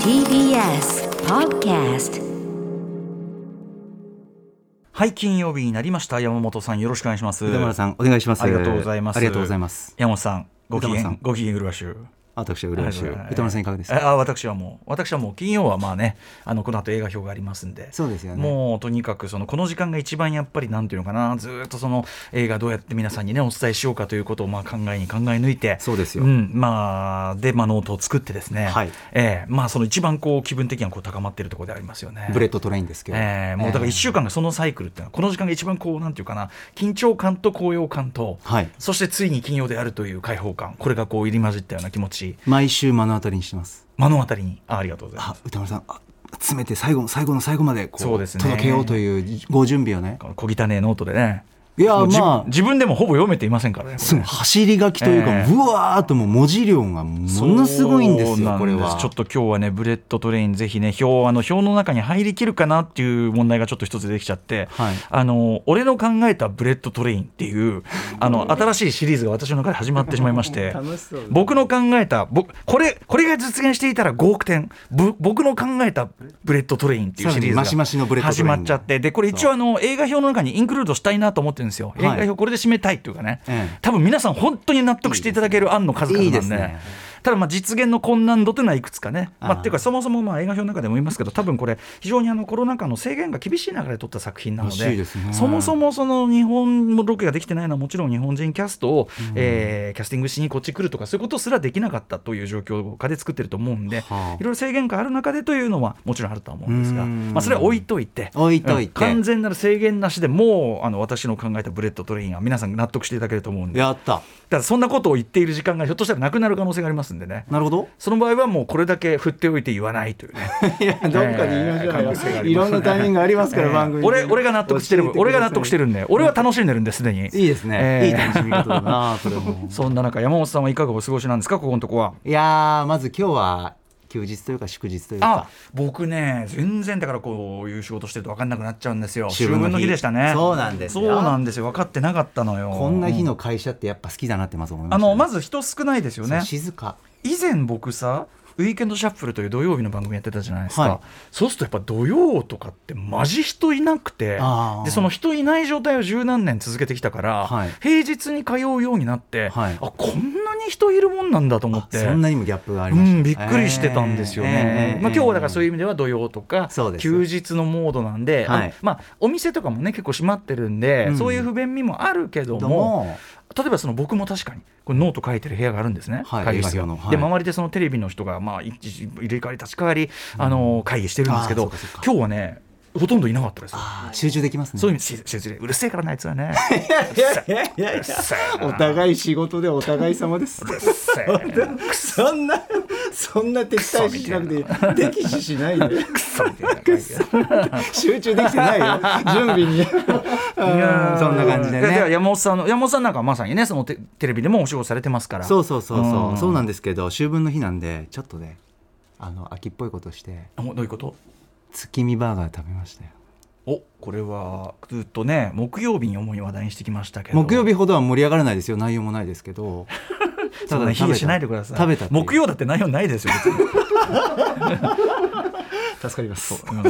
TBS Podcast はい、金曜日になりました。山本さん、よろしくお願いします。歌村さんお願いしますありがとうございます。ありがとうございます山本さん、ご機歌丸嫌さん、ご機嫌うるわしゅう。私は嬉しいはいはい歌村さんいかがですえかあ、私はもう、私はもう金曜はまあね、あのこの後映画表がありますんで。そうですよねもうとにかくそのこの時間が一番やっぱりなんていうのかなずーっとその映画どうやって皆さんにねお伝えしようかということをまあ考えに考え抜いてそうですよん、まあでまあノートを作ってですね、はいええまあその一番こう気分的にはこう高まっているところでありますよねブレットトレインですけどえーもうだから1週間がそのサイクルっていうのはこの時間が一番こうなんていうかな緊張感と高揚感と、はいそしてついに金曜であるという解放感これがこう入り混じったような気持ち毎週目の当たりにしてます目の当たりにあありがとうございまあす。歌村さんあ詰めて最後の最後の最後までこそうですね届けようというご準備をねこの小汚ねノートでねいやもうじまあ自分でもほぼ読めていませんからねこれその走り書きというかええうわーっともう文字量がものすごいんでそすうなよこれはちょっと今日はねブレッドトレインぜひね表あの表の中に入りきるかなっていう問題がちょっと一つできちゃって、はいあの俺の考えたブレッドトレインっていうあの新しいシリーズが私の中で始まってしまいまして 僕の考えた僕これこれが実現していたら5億点ぶ僕の考えたブレッドトレインっていうシリーズさらにマシマシのブレがッドトレイ始ンまっちゃってでこれ一応あの映画表の中にインクルードしたいなと思ってるんですよ映画は表いこれで締めたいっていうかね、ええ多分皆さん本当に納得していただける案の数々なんでいいですねただまあ実現の困難度というのはいくつかね、まあ、ああっていうかそもそもまあ映画表の中でも言いますけど多分これ非常にあのコロナ禍の制限が厳しい中で撮った作品なのらしでいですねそもそもその日本のロケができてないのはもちろん日本人キャストを、えーキャスティングしにこっち来るとかそういうことすらできなかったという状況下で作ってると思うんで、はいろいろ制限がある中でというのはもちろんあるとは思うんですが、うんまあ、それは置いといて置いとうんいて完全なる制限なしでもうあの私の考えたブレッドトレインは皆さん納得していただけると思うんでやったただそんなことを言っている時間がひょっとしたらなくなる可能性がありますんでね。なるほどその場合はもうこれだけ振っておいて言わないという ね。いやどっかで言いましょう可よ能性がありますねいろんなタイミングありますから番組俺俺が納得してる教えください俺が納得してるんで俺は楽しんでるんですでに。いいですえねーいい楽しみ方だなそれ もそんな中山本さんはいかがお過ごしなんですかここのとこは。いやーまず今日は休日というか祝日というあか僕ね全然だからこういう仕事してると分かんなくなっちゃうんですよ。秋秋分の分日の日でしたね。そうなんですよそうなんですよ分かってなかったのよ。こんな日の会社ってやっぱ好きだなってまず思いまあした、のまずず人少ないですよね。静か以前僕さウィークエンドシャッフルという土曜日の番組やってたじゃないですか、はいそうするとやっぱ土曜とかってマジ人いなくてあーでその人いない状態を十何年続けてきたから、はい平日に通うようになって、はいあこんなに人いるもんなんだと思ってそんなにもギャップがありうました、ん、びっくりしてたんですよね、えーまあ、今日はだからそういうい意う味では土曜とかそうです休日のモードなんで、あのはいまあ、お店とかもね結構閉まってるんで、うんそういう不便みもあるけどどもも例えばその僕も確かにこれノート書いてる部屋があるんですね、はい会議室映が画表のはいで周りでそのテレビの人がまあ一時入れ替わり立ち替わり、あの会議してるんですけあーそどうかそうか今日はねほとんどいなかったですよ。あー集中できますねそういう意味でししうるせえからなあいつは ね。いやいやおい互い仕事でお互い様ですそんなそんな敵対視しなくて敵視しないでクソみたいな感 じで。集中できてないよ準備にいやーそんな感じでいやいやね山本さんの山本さんなんかはまさにねそのテテレビでもお仕事されてますから。そうそうそうそう、うんそうなんですけど秋分の日なんでちょっとねあの秋っぽいことしておどういうこと？月見バーガー食べましたよおこれはずっとね木曜日に主に話題にしてきましたけど。木曜日ほどは盛り上がらないですよ内容もないです けどただねね、冷えしないでください。食べたっていう木曜だって内容ない ですよ。別に助かりますうん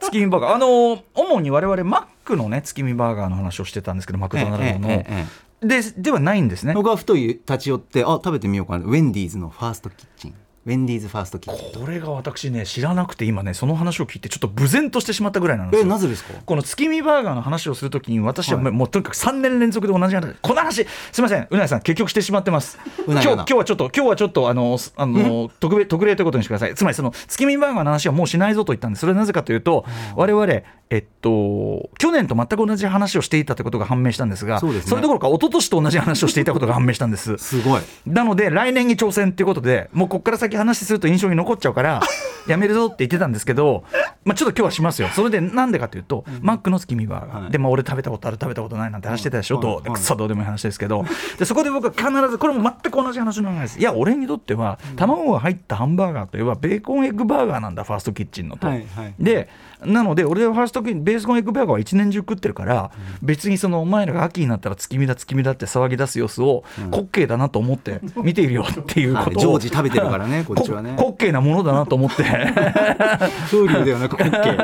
月見バーガー、あのー主に我々マックのね、月見バーガーの話をしてたんですけど、マクドナルドの。えええええで、ではないんですね。僕はふと立ち寄ってあ食べてみようかなウェンディーズのファーストキッチンウェンディーズファーストキッチンこれが私ね、知らなくて、今ね、その話を聞いて、ちょっと無然としてしまったぐらいなんですよ。えなぜですかこの月見バーガーの話をするときに私ははいもうとにかく3年連続で同じ話この話すみませんうなえさん結局してしまってますう今な日ぎうな今日はちょっと今日はちょっとあのすあの特別特例ということにしてくださいつまりその月見バーガーの話はもうしないぞと言ったんですそれはなぜかというと我々えっと去年と全く同じ話をしていたということが判明したんですがそうですねれどころか一昨年と同じ話をしていたことが判明したんですすごい なので来年に挑戦ということでもうここから先話すると印象に残っちゃうからやめるぞって言ってたんですけど、まあ、ちょっと今日はしますよそれでなんでかというと、マックの月見は、はいでも俺食べたことある食べたことないなんて話してたでしょ、うんどはういはいくそどうでもいい話ですけどでそこで僕は必ずこれも全く同じ話のないですいや俺にとっては卵が入ったハンバーガーといえばベーコンエッグバーガーなんだファーストキッチンのと。はいはいでなので俺はファーストキッベースコンエッグバーガーは一年中食ってるから、別にそのお前らが秋になったら月見だ月見だって騒ぎ出す様子を滑稽だなと思って見ているよっていうことを、 はい常時食べてるからねこっちはね滑稽なものだなと思 って風流ではなく滑稽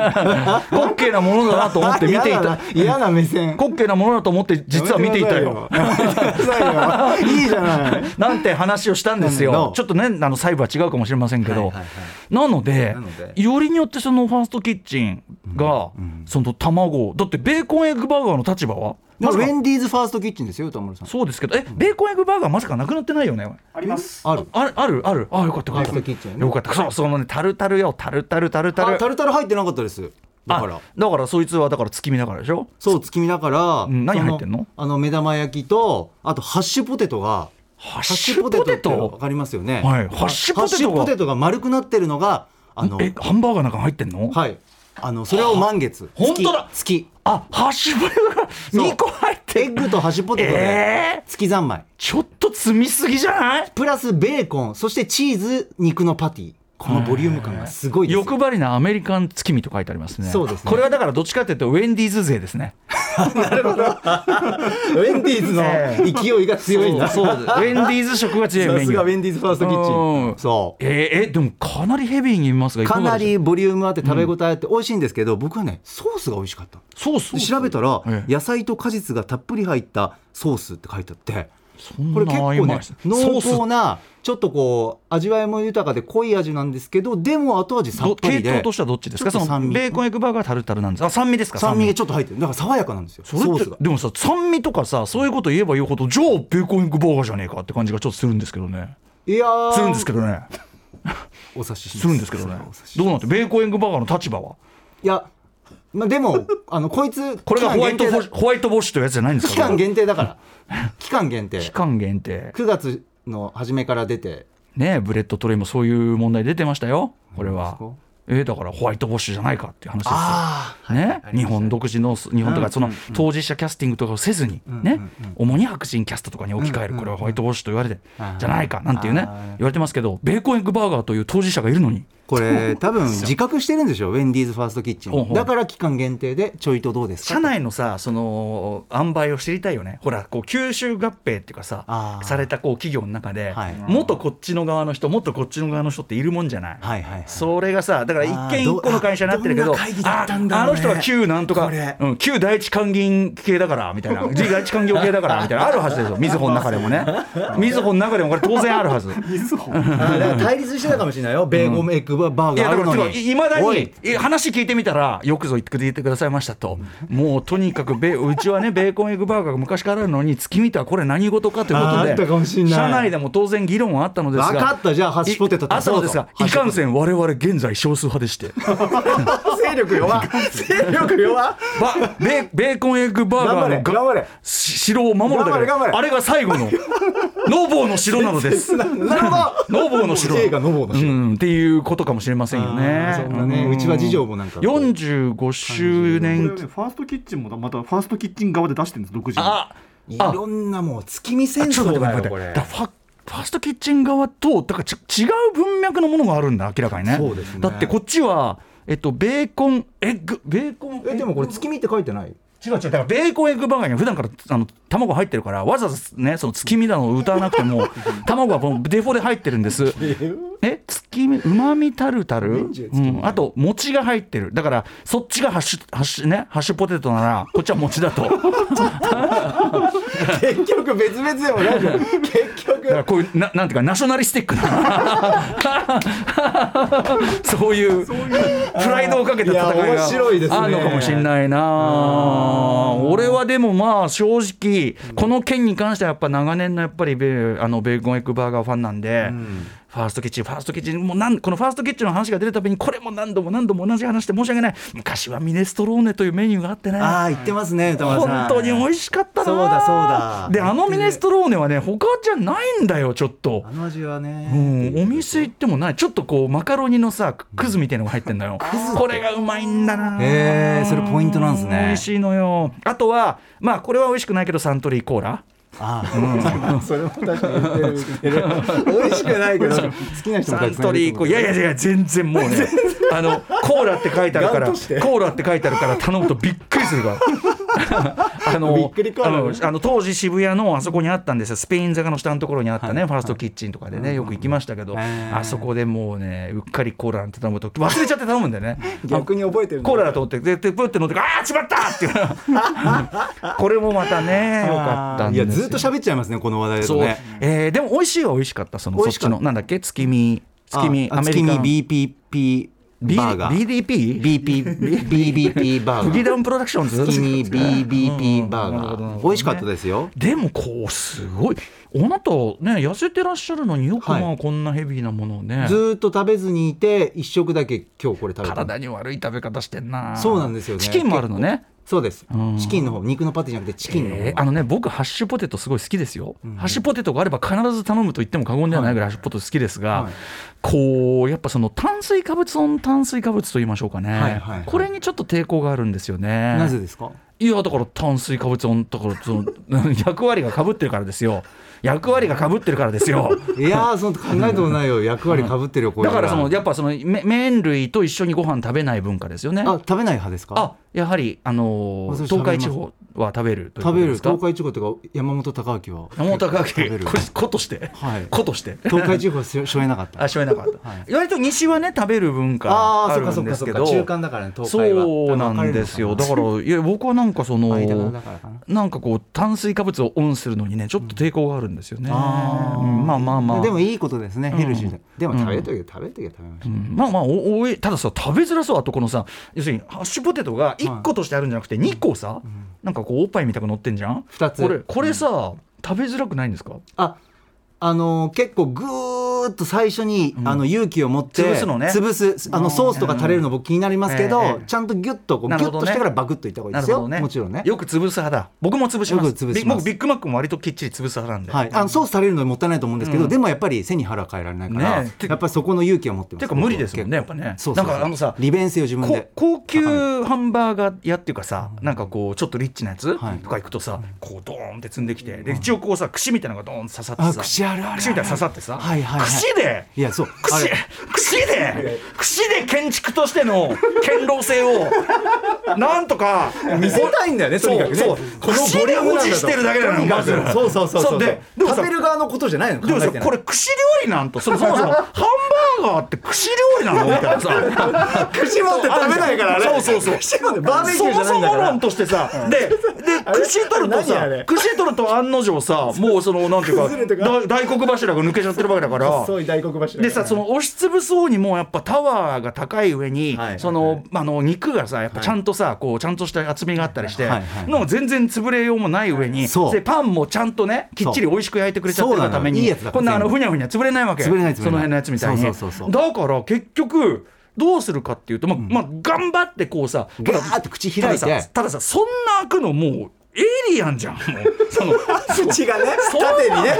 滑稽なものだなと思って見てい嫌たな嫌な目線滑稽なものだと思って実は見ていたよ。やめてくださいよいいじゃない なんて話をしたんですなんだよろう、ちょっとね、あの細部は違うかもしれませんけど、はいはいはなのでなのでよりによってそのファーストキッチンが、その卵を、だってベーコンエッグバーガーの立場は、ままあ、ウさかェンディーズファーストキッチンですよ、歌丸さん。そうですけど、え、ベーコンエッグバーガー、まさかなくなってないよね。あります。ある。あるあるあるあよかったよかっファーストキッチンたねよかったそうそのねタルタルよタルタルタルタあルタルタル入ってなかったです。だからあ。だからそいつはだから月見だからでしょそう、月見だから。ん何そ入ってんのあの、目玉焼きと、あと、ハッシュポテトが。ハッシュってポテトわかりますよね。はいハッシュポテトがハッシュポテトが丸くなってるのが、あの、えハンバーガーなんか入ってんのはい。あの、それを満月。本当だ月。あハッシュポテトがそう2個入っ月てエッグとハッシュポテトえでー、月三昧。ちょっと積みすぎじゃないプラスベーコン、そしてチーズ、肉のパティ。このボリューム感がすごいですよ。欲張りなアメリカン月見と書いてありますねそうですねこれはだからどっちかというとウェンディーズ勢ですねウェンディーズの勢いが強いんだ。そう そうウェンディーズ色が強いメニューさすがウェンディーズファーストキッチうんン。そえーえでもかなりヘビーに見えますがう。いかかがなでしょうりボリュームあって食べ応えあって美味しいんですけど、僕はね、ソースが美味しかった。そうそうで調べたら、ええ野菜と果実がたっぷり入ったソースって書いてあって、そんなこれ結構曖ね昧ソ、濃ース厚な、ちょっとこう、味わいも豊かで濃い味なんですけど、でも後味さっどぱ系り統でと、してはどっちですかちょっそと酸味のベーコンエッグバーガーはタルタルなんですあ酸味ですか酸味がちょっと入ってる。だから爽やかなんですよ、ソそれーっスてが。でもさ酸味とかさそういうこと言えば言うほどじゃあベーコンエッグバーガーじゃねえかって感じがちょっとするんですけどねいやーするんですけどねお察ししますするんですけどねどうなんてベーコンエッグバーガーの立場はいや、まあ、でも、あの、こいつ、これがホワイト期ボ間限定だッシュホワイトボッシュというやつじゃないんです期かこ間れ限定だから。期間限定。期間限定9月の初めから出て。ねえブレッドトレイもそういう問題出てましたよこれ何はですかえーだからホワイトボッシュじゃないかっていう話ですよあね、日本独自の日本とかその当事者キャスティングとかをせずにね、主に白人キャストとかに置き換える、これはホワイトウォッシュと言われて、あーじゃないかなんていうねあー言われてますけどベーコンエッグバーガーという当事者がいるのにこれ、多分自覚してるんでしょ、ウェンディーズファーストキッチほうほン。うだから期間限定で、ちょいとどうですか社内のさその塩梅を知りたいよねほらこう吸収合併っていうかさあーされたこう企業の中で、はい元こっちの側の人元こっちの側の人っているもんじゃない、はいはいはい。それがさだから一見一個の会社になってるけどあーどうあどんな会議だったんだああろうの人ねは旧なんとか、これうん、旧第一官銀系だからみたい な次第一官業系だからみたいなあるはずですよみずほの中でもねみずほの中でもこれ当然ある はず。あだから対立してたかもしれないよ。ベーゴメイクバーガいやーあだるかのらに。いまだお にい話聞いてみたらよくぞ言ってくださいましたともうとにかくベうちはね ベーコンエッグバーガーが昔からあるのに月見とはこれ何事かということあーあでったかもしんない社内でも当然議論はあったのですがわかったじゃあハッシュポテトいあったのですがハッいシュかポんテトせん我々現在少数派で して。勢力弱。勢力弱。ばベーベーコンエッグバーガーのが頑張れ頑張れし城を守るだけで頑張れ頑張れあれが最後 のノーボーの城なのですノなる ほど。ーボーの城勢がノボのう城。ん、っていうことかもしれませんよあねーそんなねうちわ事情もなんかこう45周これね年ファーストキッチンもまたファーストキッチン側で出してるんです独自に。あいろんなもう月見戦ちょっと待っ争てだ待っよて待ってだ。これからファファーストキッチン側とだからち違う文脈のものがあるんだ明らかにねそうですねだってこっちはえっとベーコンエッグベーコンエッグえでもこれ月見って書いてない。違う違うだからベーコンエッグバーガーには普段からあの卵入ってるからわざわざねその月見だのを歌わなくて も卵はこのデフォで入ってるんですえ月見うまみタルタル、うん、あと餅が入ってるだからそっちがハッシュハッシュねハッシュポテトならこっちは餅だとだか 結局別々でもないじゃ ん。結局。らこういうななんていうかナショナリスティックな そういうプライドをかけた戦いがいや面白いですねあるのかもしれないな俺はでもまあ正直この件に関してはやっぱ長年のやっぱりベーあのベーコンエッグバーガーファンなんで、ファーストキッチンファーストキッチンもうなんこのファーストキッチンの話が出るたびにこれも何度も何度も同じ話で申し訳ない昔はミネストローネというメニューがあってねああ言ってますね歌丸さ本ん当に美味しかったなそうだそうだであのミネストローネはね他じゃないんだよちょっとあの味はね、うん、お店行ってもないちょっとこうマカロニのさクズみたいのが入ってんだよこれがうまいんだなへーそれポイントなんですね美味しいのよあとはまあこれは美味しくないけどサントリーコーラああそれも確かに言ってる美味しくないけど好きな人もサたンくさんトいリーるとコーラ思ういやいやいや全然もうね あのコーラって書いてあるからガコンとしてーラって書いてあるから頼むとびっくりするから あのびっくりコーあラのあの当時渋谷のあそこにあったんですよスペイン坂の下のところにあったね、ファーストキッチンとかでねよく行きましたけど、へーあそこでもうねうっかりコーラなんて頼むと忘れちゃって頼むんだよね逆に覚えてるんコーラだとと思って、で、で、ぷって飲んで、ああ、しまったっていう。 これもまたね、よかったんいですよ。やずっとっ喋っちゃいますねこの話題だとそうね。えーでも、美味しいは美味しかった、その、美そっ味しかちったの、なんだっけ、月見。月見、あアメリカン。月見 BPP バーガー B. D. P.。 BP BBP バフーリーガダーウンプロダクションズ。月見 BBP バーうんなるほガどなるーほど美味しかったですよでもこうすごいあなたね痩せてらっしゃるのによくはいまあこんなヘビーなものをね、ずーっと食べずにいて一食だけ今日これ食べた体に悪い食べ方してんなそうなんですよねチキンもあるのねそうですうんチキンの方肉のパティじゃなくてチキンのえーあ方のね僕ハッシュポテトすごい好きですよ、ハッシュポテトがあれば必ず頼むと言っても過言ではないぐらいハッシュポテト好きですが、はいこうやっぱその炭水化物オン炭水化物と言いましょうかね、はいはいはいこれにちょっと抵抗があるんですよねなぜですかいやだから炭水化物オンだからその 役割がかぶってるからですよ役割がかぶってるからです よいやーそんな考えたことないよ役割かぶってるよこういうだからそのがやっぱそのめ麺類と一緒にご飯食べない文化ですよねあ食べない派ですかあやはりあのー私東食海べます地方は食べるというこ食とべでるすか東海地方とか山本孝明は山本食べるこことして、はいことして東海地方はしょしょえなかった あしょえなかった、はい割と西はね食べる文化あああそっかるそんっでかすそっけかど中間だからね東海はそうなんですよだか分れるのらいや僕はなんかその間柄だからかななんかこう炭水化物をオンするのにねちょっと抵抗があるんですよね、あーうんまあまあまあでもいいことですねヘルシーででもうん食べるときは食べるときは食べましうたんまあまあおおいたださ食べづらそうあとこのさ要するにハッシュポテトが1個としてあるんじゃなくて2個さ、なんかこうおっぱいみたく乗ってんじゃん二つこれこれさ、食べづらくないんですかああのー結構ぐーっと最初に、あの勇気を持って潰すのね潰すあのソースとか垂れるの僕気になりますけど、うんええちゃんとギュッとこう、なギるュほッどねとしてからバクッといった方がいいなるですほよどね。もちろんねよく潰す派だ。僕も潰します。よく潰しますビ僕ビッグマックも割ときっちり潰す派なんで。はい、あのソース垂れるのもったいないと思うんですけど、うんでもやっぱり背に腹は変えられないから、ねえてやっぱりそこの勇気を持ってますていうか無理ですもんね、やっぱね。そうそうそうなんかあのさ、利便性を自分こで高級ハンバーガー屋っていうかさ、なんかこうちょっとリッチなやつはいとか行くとさ、こうドーンって積んできて、で一応こうさ串みたいなのがドーン刺さってあさ、串あるあるある串みたいなの刺さってさ、はいはいはい串で。いやそうあ串れ串で串で建築としての堅牢性をなんとか見せたいんだよねとにかくねそうこのゴリ保持してるだけなのまずそうそうそうそうででもさ食べる側のことじゃないのでもさ考えてないこれ串料理なんとそもそもさハンバーガーって串料理なのみたいなさ 串持って食べないからねそうそうそう 串持ってバーベキューじゃないそんもだそかも論らとしてさでで串取るとあれ何あされ串取ると案の定さもうそのなんていうか崩れてかだ大黒柱が抜けちゃってるわけだからそういう大黒柱でさその押しつぶそうにもやっぱタワーが高い上に、はいそはのあの肉がさやっぱちゃんとさ、こうちゃんとした厚みがあったりして、はいはいの全然潰れようもない上にそうでパンもちゃんとねきっちり美味しく焼いてくれちゃってるがためそうなのいいにやつだからこんなあの全部ふにゃふにゃ潰れないわけ潰れない潰れないその辺のやつみたいにそうそうそうそうだから結局どうするかっていうと、まあまあ、頑張ってこうさガーッと口開いただてさたださそんな開くのもうエイリアンじゃん もうその口がねそう縦にね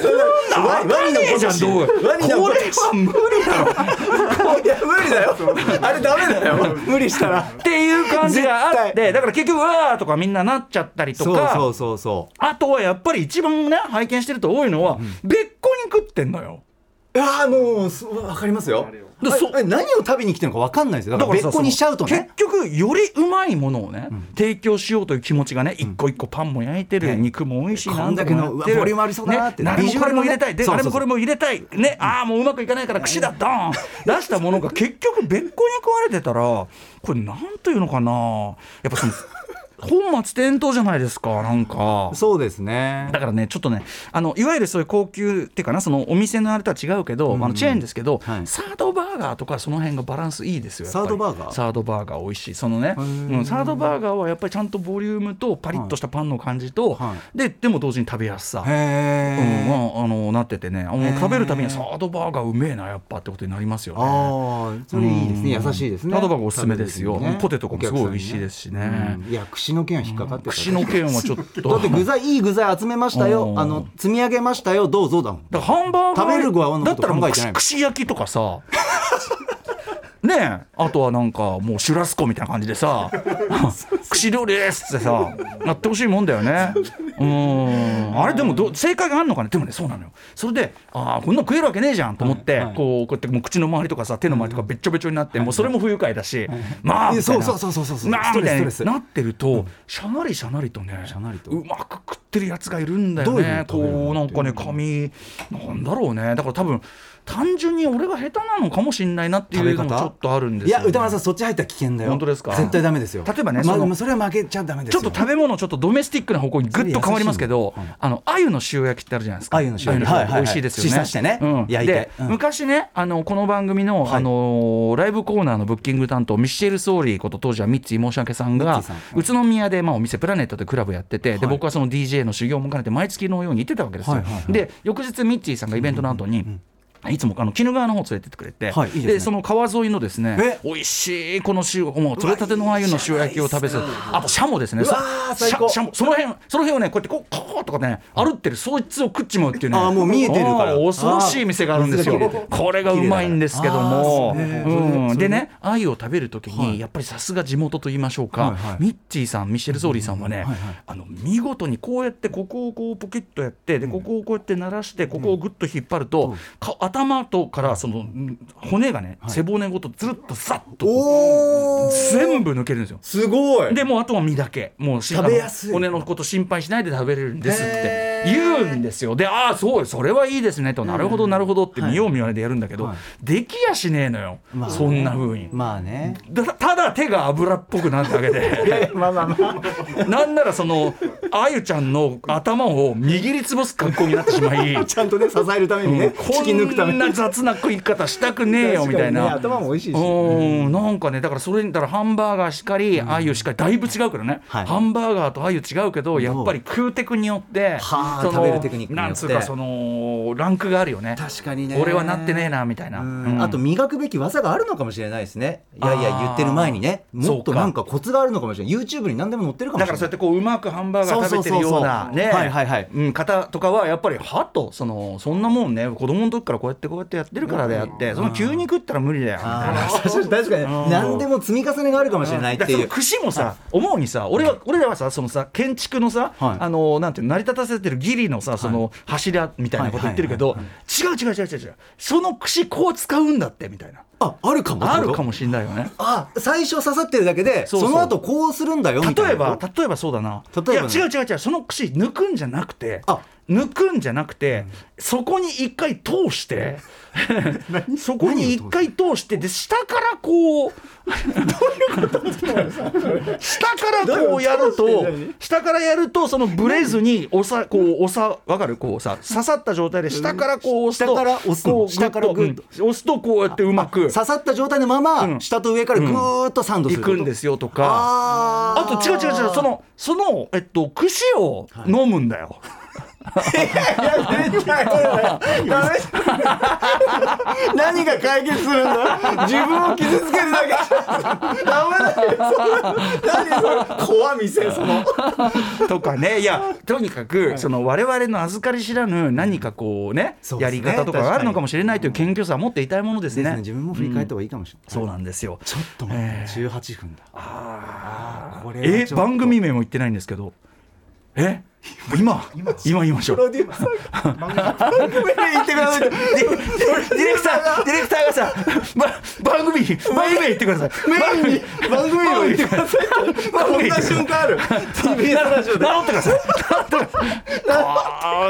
そ んなワんニワニの開かねえじゃんことどうワニのこことれは無理だろいや無理 だよあれダメだよ無理したらっていう感じがあっ絶対てだから結局うわーとかみんななっちゃったりとそうかそうそうそうあとはやっぱり一番ね拝見してると多いのは、べっこに食ってんのよああもうそわかりますよであそえ何を食べに来てるのかわかんないですよだからさ別個にしちゃうとね結局よりうまいものをね、提供しようという気持ちがね一個一個パンも焼いてる、ね肉も美味しいこんなんだけだけのどうわボリュームありそうだなってね、あれビもジュこアれルももね入れたいでそうあれそうそうもこれも入れたいねああもううまくいかないから串だドーン 出したものが 結局べっこに食われてたらこれなんというのかなやっぱその本末転倒じゃないですかなんかそうですねだからねちょっとねあのいわゆるそういう高級っていうかなそのお店のあれとは違うけど、まああのチェーンですけど、はいサードバーガーとかその辺がバランスいいですよやっぱりサードバーガーサードバーガー美味しいそのね、うん、サードバーガーはやっぱりちゃんとボリュームとパリッとしたパンの感じと、はででも同時に食べやすさ、へうんまえ、あ、あのなっててねあへのー食べるたびにサードバーガーうめえなやっぱってことになりますよねああそれいいですねうん優しいですねサードバーガーおすすめですよ食べる時にねポテトとかもすごい美味しいですしねお客さんにねうんいや串の件は引っかかってた串の件はちょっとだって具材いい具材集めましたうよんあの積み上げましたよどうぞだもんだからハンバーガー食べる側のことだったらもう考えてないもん串焼きとかさ ねえあとはなんかもうシュラスコみたいな感じでさ 「串料理です」ってさなってほしいもんだよねうんあれでもど正解があんのかねでもねそうなのよそれでああこんなの食えるわけねえじゃんと思って、はいはいこうこうやってもう口の周りとかさ手の周りとかべっちょべちょになって、もうそれも不愉快だし、まあいやみたいなそうそうそうそうそうまあストみレスたいストにレスなってると、シャナリシャナリとねシャナリとうまく食ってるやつがいるんだよどういうね食べ物こうなんかね髪なんだろうねだから多分単純に俺が下手なのかもしれないなっていうのもちょっとあるんですいよ、やね、歌丸さんそっち入ったら危険だよ本当ですか絶対ダメですよ例えばねまそのまそれは負けちゃダメですちょよっと食べ物ちょっとドメスティックな方向にぐっと変わりますけど、それ優しいねあの鮎の塩焼きってあるじゃないですか鮎の塩焼きはいはいはい美味しいですよね刺してねうん、焼いてで、うん昔ねあのこの番組の、はいあのライブコーナーのブッキング担当ミッシェル・ソーリーこと当時はミッツィ申し訳さんミッがツィさんはい宇都宮で、まあ、お店プラネットでクラブやってて、はでい僕はその DJ の修行も兼ねて毎月のように行ってたわけですよ、はいはいはいで翌日ミッチーさんがイベントの後に、いつもあの鬼怒川の方連れてってくれて、はいいいですねその川沿いのですねえ美味しいこの塩もう取れたての鮎の塩焼きを食べせるあとシャモですねうわー最高シャシャモその辺その辺をねこうやってこうこうとかね歩ってるそいつを食っちまうっていうねあーもう見えてるからあー恐ろしい店があるんですよあー水が切れてこれがうまいんですけども綺麗だねあーうんそれでそでれでね鮎を食べる時はにいやっぱりさすが地元と言いましょうか、はいはいミッチーさんミシェル・ソーリーさんはね、あの見事にこうやってここをこうポキッとやってでここをこうやって鳴らしてここをグッと引っ張ると、か頭とからそのん骨がね背骨ごとつるっとさっとおー全部抜けるんですよ。すごいでもうあとは身だけもうし食べやすいあの骨のこと心配しないで食べれるんですってへ言うんですよでああそうそれはいいですねとなるほどなるほどって見よう見まねでやるんだけど、はいできやしねえのよ、まあねそんな風に、まあねだただ手が油っぽくなるだ けでまあまあまあなんならそのあゆちゃんの頭を握りつぶす格好になってしまいちゃんとね支えるためにね突き抜くたこめんにな雑な食い方したくねえよみたいな。確かにね頭も美味しいしうんなんかねだからそれにだからハンバーガーしかりあゆしかりだいぶ違うからね、はいハンバーガーとあゆ違うけどやっぱり食うテクによってはあその食べるテクニックによってなんつうかそのランクがあるよね確かにね俺はなってねえなみたいな、うんうんあと磨くべき技があるのかもしれないですねいやいやあー言ってる前にねもっそうとかなんかコツがあるのかもしれない YouTube に何でも載ってるかもだしかられないそうやってこううまくハンバーガー食べてるようなそうそうそうそうねはいはいはいうん方とかはやっぱりはっとそのそんなもんね子供の時からこうやってこうやってやってるからであってその急に食ったら無理だよみたいなあー 確かにうん何でも積み重ねがあるかもしれないっだてからそいのう串もさ思うにさ俺は俺らはさそのさ建築のさ、はいあのなんていうの成り立たせてる義理のさその柱みたいなこと言ってるけど、はいは違う違う違う違う違うその串こう使うんだってみたいなああるかもあるかももしれないよね。あ最初刺さってるだけでそうそそうの後こうするんだよみたいな例えば例えばそうだな例えばねいや違う違う違うその串抜くんじゃなくてあ抜くんじゃなくて、そこに一回通して そこに一回通してで下から こう下からこうやるどうというこ下からやるとそのブレずに押さこう押さわかるこうさ刺さった状態で下からこう押すと下から押すのこう下からグッとうん押すとこうやってうまく刺さった状態のまま、うん下と上からぐーっとサンドすいるくんですすよとか。ああと違う違う違うそのそのえっと串を飲むんだよ。 何が解決するんだ自分を傷つけるだけダメだよそんな何それ怖い店そのとかねい やとにかくその我々の預かり知らぬ何かこうねそうでやすねり方とかがあるのかもしれないという謙虚さは持っていたいものですね。自分も振り返った方がいいかもしれない、そうなんですよ。ちょっと待って、18分だあーこれえはちょっと番組名も言ってないんですけど。え今今言いましょプロう。デューサーが番組名言ってくださいって ディレクターディレクターがさ、ま、番組番組名言ってください。メインに番組名を言ってくださいってこんな瞬間あ る TBS ラジオで直ってください。直ってくださ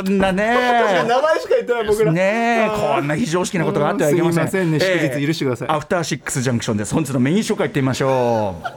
い。こんなね。名前しか言ってない僕らねえこんな非常識なことがあってはいけませんうんすいませんね祝日許してくださいアフターシックスジャンクションです本日のメイン紹介いってみましょう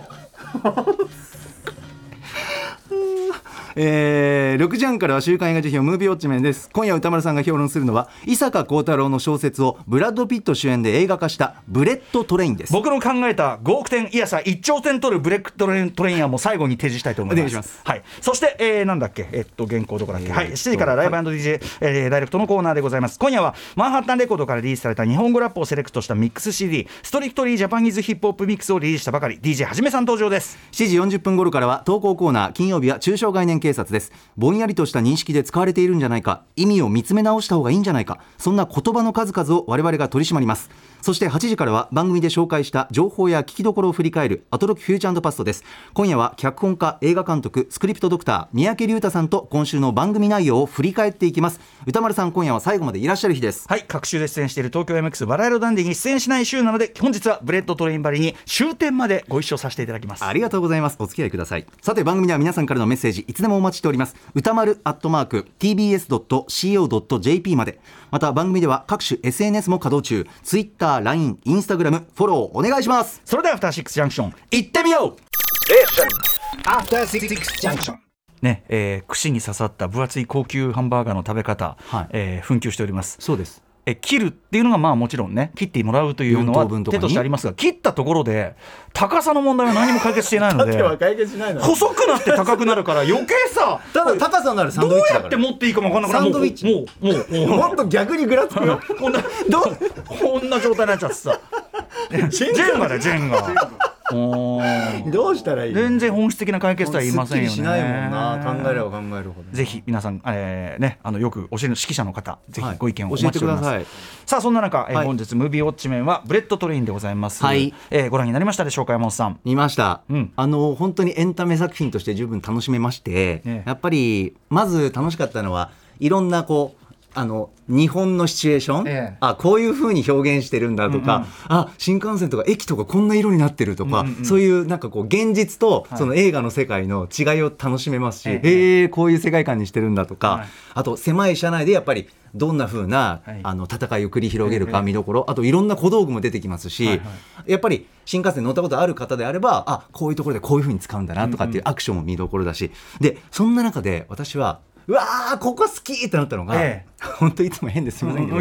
えー、6時半からは週刊映画辞表ムービーウォッチメンです今夜歌丸さんが評論するのは伊坂幸太郎の小説をブラッド・ピット主演で映画化したブレット・トレインです僕の考えた5億点いやさ1兆点取るブレックトレイントレイン案も最後に提示したいと思いますお願いしますはい、そして、えーなんだっけえっと原稿どこだっけ、えーはい7時からライブ &DJ、えーダイレクトのコーナーでございます今夜はマンハッタンレコードからリリースされた日本語ラップをセレクトしたミックス CD ストリクトリージャパニーズヒップホップミックスをリリースしたばかり DJ はじめさん登場です7時40分頃からは投稿コーナー金曜日は中小概念警察ですぼんやりとした認識で使われているんじゃないか意味を見つめ直した方がいいんじゃないかそんな言葉の数々を我々が取り締まりますそして8時からは番組で紹介した情報や聞きどころを振り返るアトロックフューチャーパストです今夜は脚本家映画監督スクリプトドクター三宅龍太さんと今週の番組内容を振り返っていきます歌丸さん今夜は最後までいらっしゃる日ですはい各週で出演している東京 MX バラエロダンディに出演しない週なので本日はブレッドトレインバリに終点までご一緒させていただきますありがとうございます。お付き合いください。さて、番組では皆さんからのメッセージ、いつでもお待ちしております。歌丸アットマーク、tbs.co.jp まで。また、番組では各種 SNS も稼働中。Twitter、LINE、Instagram、フォローお願いします。それではアフターシックスジャンクション行ってみよう After Six Junction. ねえー串に刺さった分厚い高級ハンバーガーの食べ方、はいえー紛糾しておりますそうです。え切るっていうのがまあもちろんね切ってもらうというのは四等分とか手にとしてありますが切ったところで高さの問題は何も解決していない ので解決しないの細くなって高くなるから余計さただ、高さのあるサンドどイうッチだやかってら。持っていいかも分かんなくなサンドイッチもうもうもうもうもっと逆にぐらつくよ。こんなどこんな状態になっちゃってさジェンガだよジェンガおーどうしたらい全然本質的な解決とは言いませんよねすっきりしないもんな。考えれば考えるほど。ぜひ皆さん、えーね、あのよく教える指揮者の方、ぜひご意見をおはい待ちしております。教えてくだささあ、そんな中、えーはい本日ムービーウォッチメンはブレッドトレインでございます。はいえーご覧になりましたでしょうか、山本さん。見ました、うんあの本当にエンタメ作品として十分楽しめまして、ええやっぱりまず楽しかったのはいろんなこうあの日本のシチュエーション、ええあこういうふうに表現してるんだとか、あ新幹線とか駅とかこんな色になってるとか、そういうなんかこう現実とその映画の世界の違いを楽しめますし、ええええこういう世界観にしてるんだとか、はいあと狭い車内でやっぱりどんなふうな、はいあの戦いを繰り広げるか見どころあといろんな小道具も出てきますし、はいはやっぱり新幹線乗ったことある方であればあこういうところでこういうふうに使うんだなとかっていうアクションも見どころだし、でそんな中で私はうわーここ好きってなったのが、え本当いつも変ですみませんけど、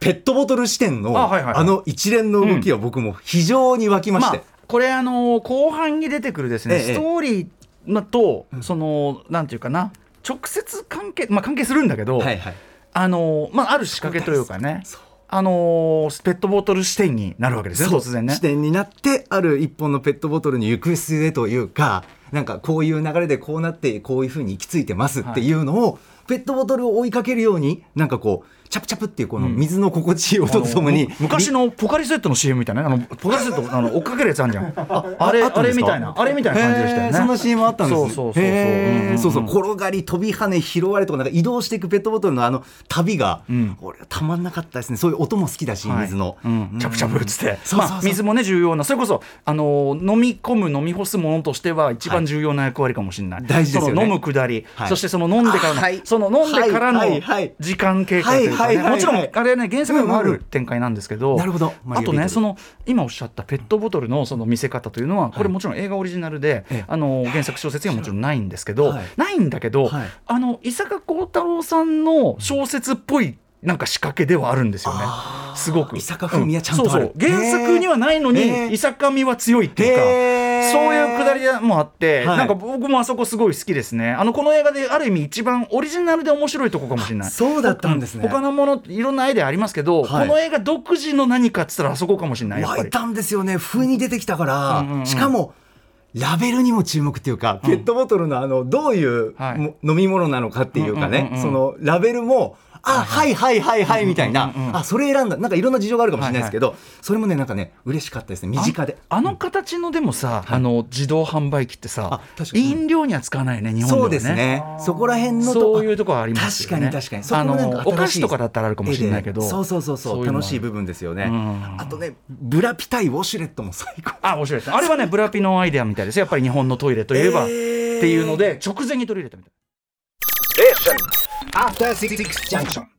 ペットボトル視点のああ,、はいはいはいの一連の動きは僕も非常に湧きましまて、あ、これ、あのー後半に出てくるですね、えスえトーリーまと、その、なんていうかな、直接関係、まあ、関係するんだけど、はいはいあのーまあ、ある仕掛けというかねそう、あのーペットボトル視点になるわけですね、そう突然ね。視点になってある一本のペットボトルに行く末というかなんかこういう流れでこうなってこういうふうに行き着いてますっていうのを、ペットボトルを追いかけるようになんかこうチャプチャプっていうこの水の心地いい音とともに、あの昔のポカリスエットの CM みたいなねあのポカリスエットあの追っかけるやつあるじゃんああれああったあんれですみかたいなあれみたいな感じでしたよへねーそんな CM あったんですそうそうそうそうへーうんうんうんそうそう転がり飛び跳ね拾われとかなんか移動していくペットボトルのあの旅が、ん俺はたまんなかったですねそういう音も好きだし、はい水の、うん、チャプチャプっつって、そうそうそうまあ、水もね重要なそれこそ、あのー飲み込む飲み干すものとしては一番重要な役割かもしれない、大事ですよねその飲むくだり、はいそしてその飲んでからの、あはいその飲んでからのはいはいはい時間経過というかはいねはいはいはいもちろんあれね原作にもあうんうんうるん展開なんですけど、なるほどあとマリオビートねルその今おっしゃったペットボトルのその見せ方というのはこれもちろん映画オリジナルで、ええあのー原作小説にはもちろんないんですけど、はいないんだけど、はいあの伊坂幸太郎さんの小説っぽいなんか仕掛けではあるんですよねあ。ーすごく伊坂文也ちゃんとあるそうそう原作にはないのへーに伊坂美は強いっていうか。へーそういうくだりもあって、はいなんか僕もあそこすごい好きですね。あのこの映画である意味一番オリジナルで面白いとこかもしれない。そうだったんですね他のものいろんなアイデアありますけど、はいこの映画独自の何かっつったらあそこかもしれないやっぱ湧りい。たんですよね風に出てきたから、うんうんうんしかもラベルにも注目っていうか、ペットボトルのあのどういうも、はい飲み物なのかっていうかね、うんうんうんうんそのラベルもあ、はいはいはいはいみたいな、あそれ選んだなんかいろんな事情があるかもしれないですけど、それもねなんかね嬉しかったですね身近で。あの形のでもさ、あの自動販売機ってさあ確かに飲料には使わないよね日本ではそうですね。そこら辺のそういうとこはありますよ確ねかに確かに。あのそこもなんお菓新しい子とかだったらあるかもしれないけど絵でそうそうそうそうそういうのは楽しい部分ですよね。うんあとねブラピ対ウォシュレットも最高。あ面白いですねあれはねブラピのアイデアみたいですよやっぱり日本のトイレといえば、えーっていうので直前に取り入れたみたい After Six Junction.